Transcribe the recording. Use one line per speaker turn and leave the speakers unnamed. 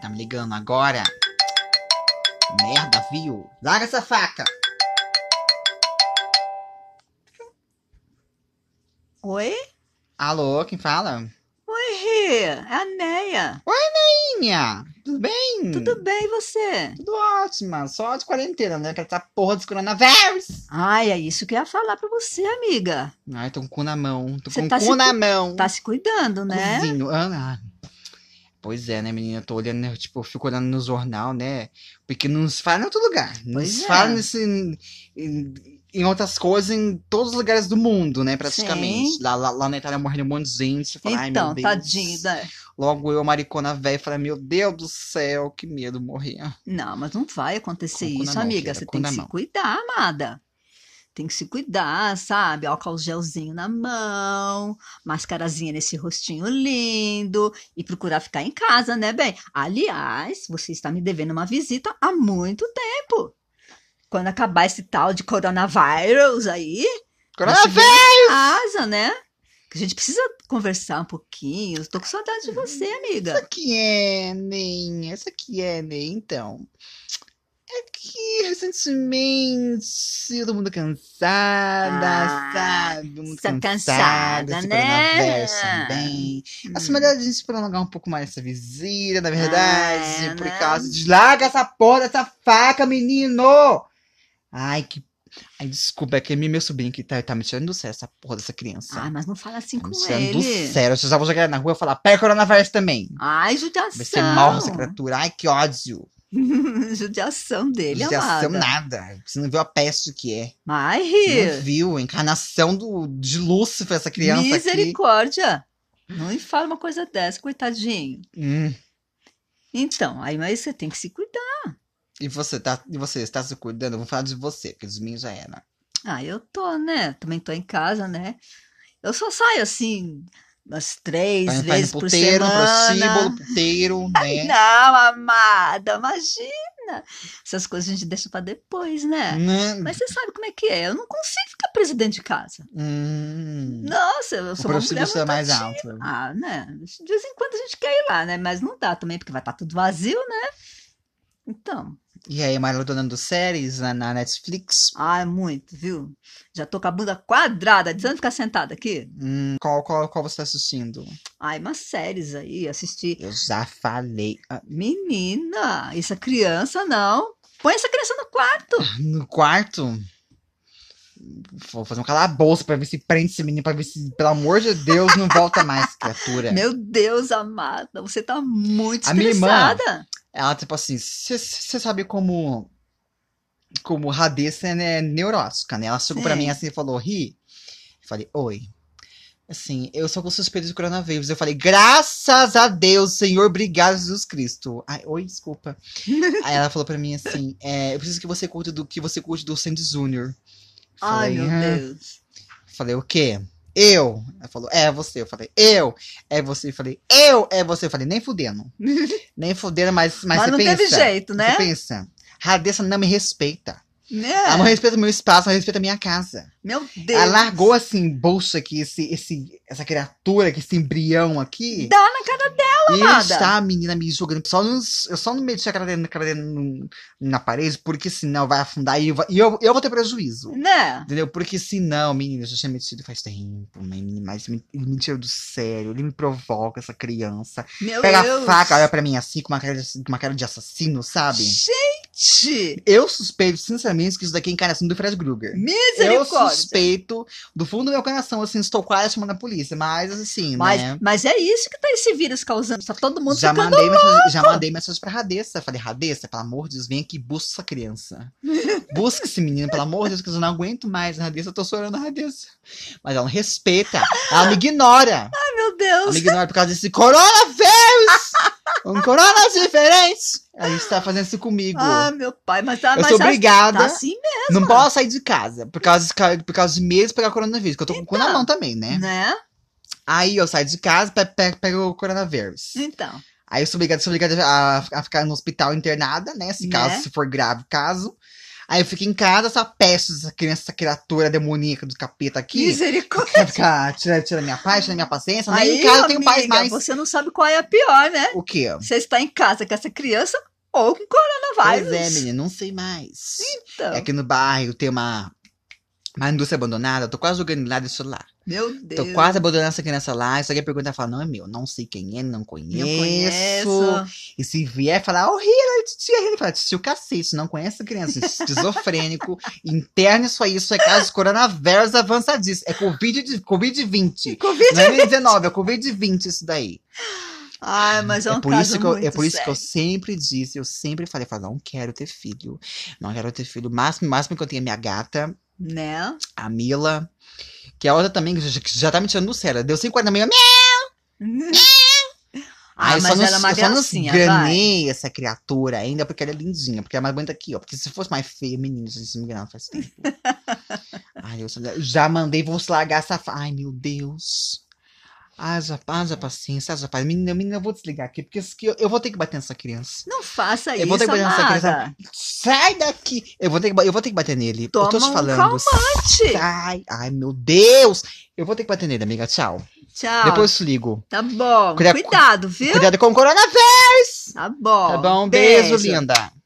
Tá me ligando agora? Merda, viu? Larga essa faca!
Oi?
Alô, quem fala?
Oi, Rê. É a Neia.
Minha! Tudo bem?
Tudo bem, e você?
Tudo ótimo. Só de quarentena, né? Com essa porra desse coronavírus!
Ai, é isso que eu ia falar pra você, amiga.
Ai, tô com o cu na mão. Tô
Você
com
tá
o cu
se
na
cu-
mão.
Tá se cuidando, né?
Cozinho. Ah, ah. Pois é, né, menina? Eu tô olhando, né, tipo, eu fico olhando no jornal, né? Porque nos fala em outro lugar.
Pois
Nos
é.
fala nesse, em, em outras coisas, em todos os lugares do mundo, né? Praticamente. Lá, lá, lá na Itália morrendo um monte de gente. Você fala, Ai,
Então,
meu Deus.
tadinho. né?
Logo eu, maricona velha, falei, meu Deus do céu, que medo morrer.
Não, mas não vai acontecer
Com o cu na
isso,
mão,
amiga.
Keira,
Você
cu
tem
na
que se
mão.
cuidar, amada. Tem que se cuidar, sabe? Álcool gelzinho na mão, mascarazinha nesse rostinho lindo e procurar ficar em casa, né, bem? Aliás, você está me devendo uma visita há muito tempo. Quando acabar esse tal de coronavírus aí, você
Coronavírus!
vem em casa, né? Que a gente precisa conversar um pouquinho. Eu tô com saudade de você, amiga.
Essa que é, Nen. Essa que é, Nen. Então, é que recentemente todo mundo cansada,
Ah,
sabe? Todo mundo
tá
cansada,
cansada,
esse
né?
coronavírus também. Acho melhor a gente prolongar um pouco mais essa visita, na verdade,
É,
por
né?
causa de... Larga essa porra dessa faca, menino! Ai, que... Ai, desculpa, é que é meu sobrinho que tá, tá me tirando do sério, essa porra dessa criança.
Ah, mas não fala assim
Tá
com
me tirando do
ele.
sério. Se eu já vou jogar ele na rua e falar, pega o coronavírus também.
Ai, judiação.
Vai ser mal essa criatura. Ai, que ódio.
judiação dele,
Não
amada.
ação nada. Você não viu a peste que é.
Mas,
Você não
Ri,
viu a encarnação do, de Lúcifer, essa criança aqui.
misericórdia. Não me fala uma coisa dessa, coitadinho.
Hum.
Então, aí mas você tem que se cuidar.
E você, tá, e você está se cuidando? Eu vou falar de você, porque dos meus já era.
Ah, eu tô, né? Também tô em casa, né? Eu só saio assim umas três
Vai vai
vezes
no
por
puteiro, no prostíbulo,
semana.
puteiro, né?
Não, amada, imagina. Essas coisas a gente deixa pra depois, né?
Hum.
Mas você sabe como é que é? Eu não consigo ficar presa dentro de casa.
Hum.
Nossa, eu
O
sou uma mulher
prostíbulo está
muito
mais
ativa.
alto.
Ah, né? De vez em quando a gente quer ir lá, né? Mas não dá também, porque vai estar tudo vazio, né? Então,
E aí, maratonando séries na, na Netflix.
ah, é muito, viu? Já tô com a bunda quadrada, dizendo ficar sentada aqui.
Hum. Qual, qual, qual você está assistindo?
Ai, umas séries aí, assisti.
Eu já falei. Ah,
Menina, essa criança não. Põe essa criança no quarto.
No quarto. Vou fazer um calabouço pra ver se prende esse menino, pra ver se, pelo amor de Deus, não volta mais, criatura.
Meu Deus, amada, você tá muito
É. A minha irmã-
estressada.
Ela, tipo assim, você sabe como. Como Radessa é neurótica, né? Ela chegou pra
Sim.
mim assim e falou: Ri. Eu falei: Oi. Assim, eu sou com suspeito de coronavírus. Eu falei: Graças a Deus, Senhor, obrigado, Jesus Cristo. Ai, oi, desculpa. Aí ela falou pra mim assim: é, Eu preciso que você curte do que você curte do Sandy Júnior.
Ai,
Falei,
meu
"Ah,
Deus.
Falei, o quê? Eu. Ela falou, é você. Eu falei, eu. É você. Eu falei, eu. É você. Eu falei, nem fudendo. nem fudendo, mas, mas,
Mas
você
não
pensa.
teve jeito, né?
Você pensa. Radessa não me respeita.
Né?
Ela não respeita o meu espaço, não respeita a minha casa.
Meu Deus.
Ela largou assim, bolsa aqui, esse, esse, essa criatura aqui, esse embrião aqui.
Dá na cara
e
amada.
está a menina me jogando. Só não, eu só não meti a cara dele, a cara dele no- na parede, porque senão vai afundar e eu, vou- e eu, eu vou ter prejuízo.
Né?
Entendeu? Porque se não, menino, eu já tinha metido faz tempo, né? menino? Mas me- ele me tira do sério, ele me provoca, essa criança.
Meu
Pega
Deus.
a faca, olha pra mim assim, com uma cara de, com uma cara de assassino, sabe?
Gente!
Eu suspeito, sinceramente, que isso daqui é encarnação do Fred Krueger. Eu
Misericórdia!
suspeito, do fundo do meu coração, assim, estou quase chamando a polícia, mas assim,
Mas,
né?
mas é isso que tá esse vírus causando. Tá todo mundo
Já
ficando.
mandei, mensagem, já mandei mensagem pra Radessa. Falei, Radessa, pelo amor de Deus, vem aqui, busca essa criança. Busca esse menino, pelo amor de Deus, que eu não aguento mais. Radessa, eu tô chorando, Radessa. Mas ela não respeita. Ela me ignora.
Ai, "Ah, meu
Ela
Deus!
me ignora por causa desse coronavírus. Um coronavírus diferente. A gente tá fazendo isso comigo.
Ah, meu pai, mas tá,
eu
mas
sou
tá-
obrigada.
tá assim mesmo,
não posso sair de casa. Por causa, de ca- por causa de medo de pegar coronavírus. Que eu tô com o cu na
Então.
mão também, né?
né?
Aí eu saio de casa, pe- pe- pego o coronavírus.
Então.
Aí eu sou obrigada, sou obrigada a, a ficar no hospital internada, né? Se
Né?
caso, se for grave o caso. Aí eu fico em casa, essa peste, essa criança, essa criatura demoníaca do capeta aqui.
Misericórdia.
Vai ficar tirando tira minha paz, tirando minha paciência. Nem
Aí,
em casa eu
amiga,
tenho paz mais.
você não sabe qual é a pior, né?
O quê?
Você está em casa com essa criança ou com
Pois
coronavírus.
é, menina, não sei mais.
Então,
É Aqui no bairro tem uma, uma indústria abandonada, eu tô quase jogando lá isso lá.
meu
Tô
Deus.
quase abandonando essa criança lá, isso aqui a pergunta fala, não é meu, não sei quem é, não conheço.
Eu conheço.
E se vier falar, ô Hillary, titia Hillary, fala, tio cacete, não conhece essa criança, isso é esquizofrênico, interna isso aí, isso é caso de coronavírus avançadíssimo, é Covid de- Covid-20.
Covid.
não é nem 19, é Covid-20 isso daí.
Ai, mas é um
é por
caso
isso que eu,
muito
É por isso que eu
sério.
sempre disse, eu sempre falei, eu falei, não quero ter filho, não quero ter filho. O máximo, o máximo que eu tenho é minha gata,
Né?
a Mila, que é a outra também, que já, que já tá me tirando do sério. Deu 5 horas da manhã. "Mia!"
ah,
Aí
mas
só não-
ela é uma
eu só não
gracinha, vai.
esganei essa criatura ainda, porque ela é lindinha, porque ela é mais bonita aqui, ó. Porque se fosse mais feia, menino, isso me enganava faz tempo. Ai, eu só- já mandei, vamos largar essa. fa- Ai, meu Deus. Haja, haja paciência, haja paz. Menina, menina, eu vou desligar aqui, porque isso aqui- eu, eu vou ter que bater nessa criança.
Não faça
Eu
isso,
vou ter que olhar nessa criança.
amada.
Sai daqui! Eu vou ter que, ba- eu vou ter que bater nele. eu tô
Toma
te
um
falando.
calmante.
Sai! Ai, meu Deus! Eu vou ter que bater nele, amiga. Tchau.
Tchau.
Depois eu te ligo.
Tá bom.
Cuida-
Cuidado, viu?
Cuidado com o coronavírus!
Tá bom.
Tá bom? Beijo, linda.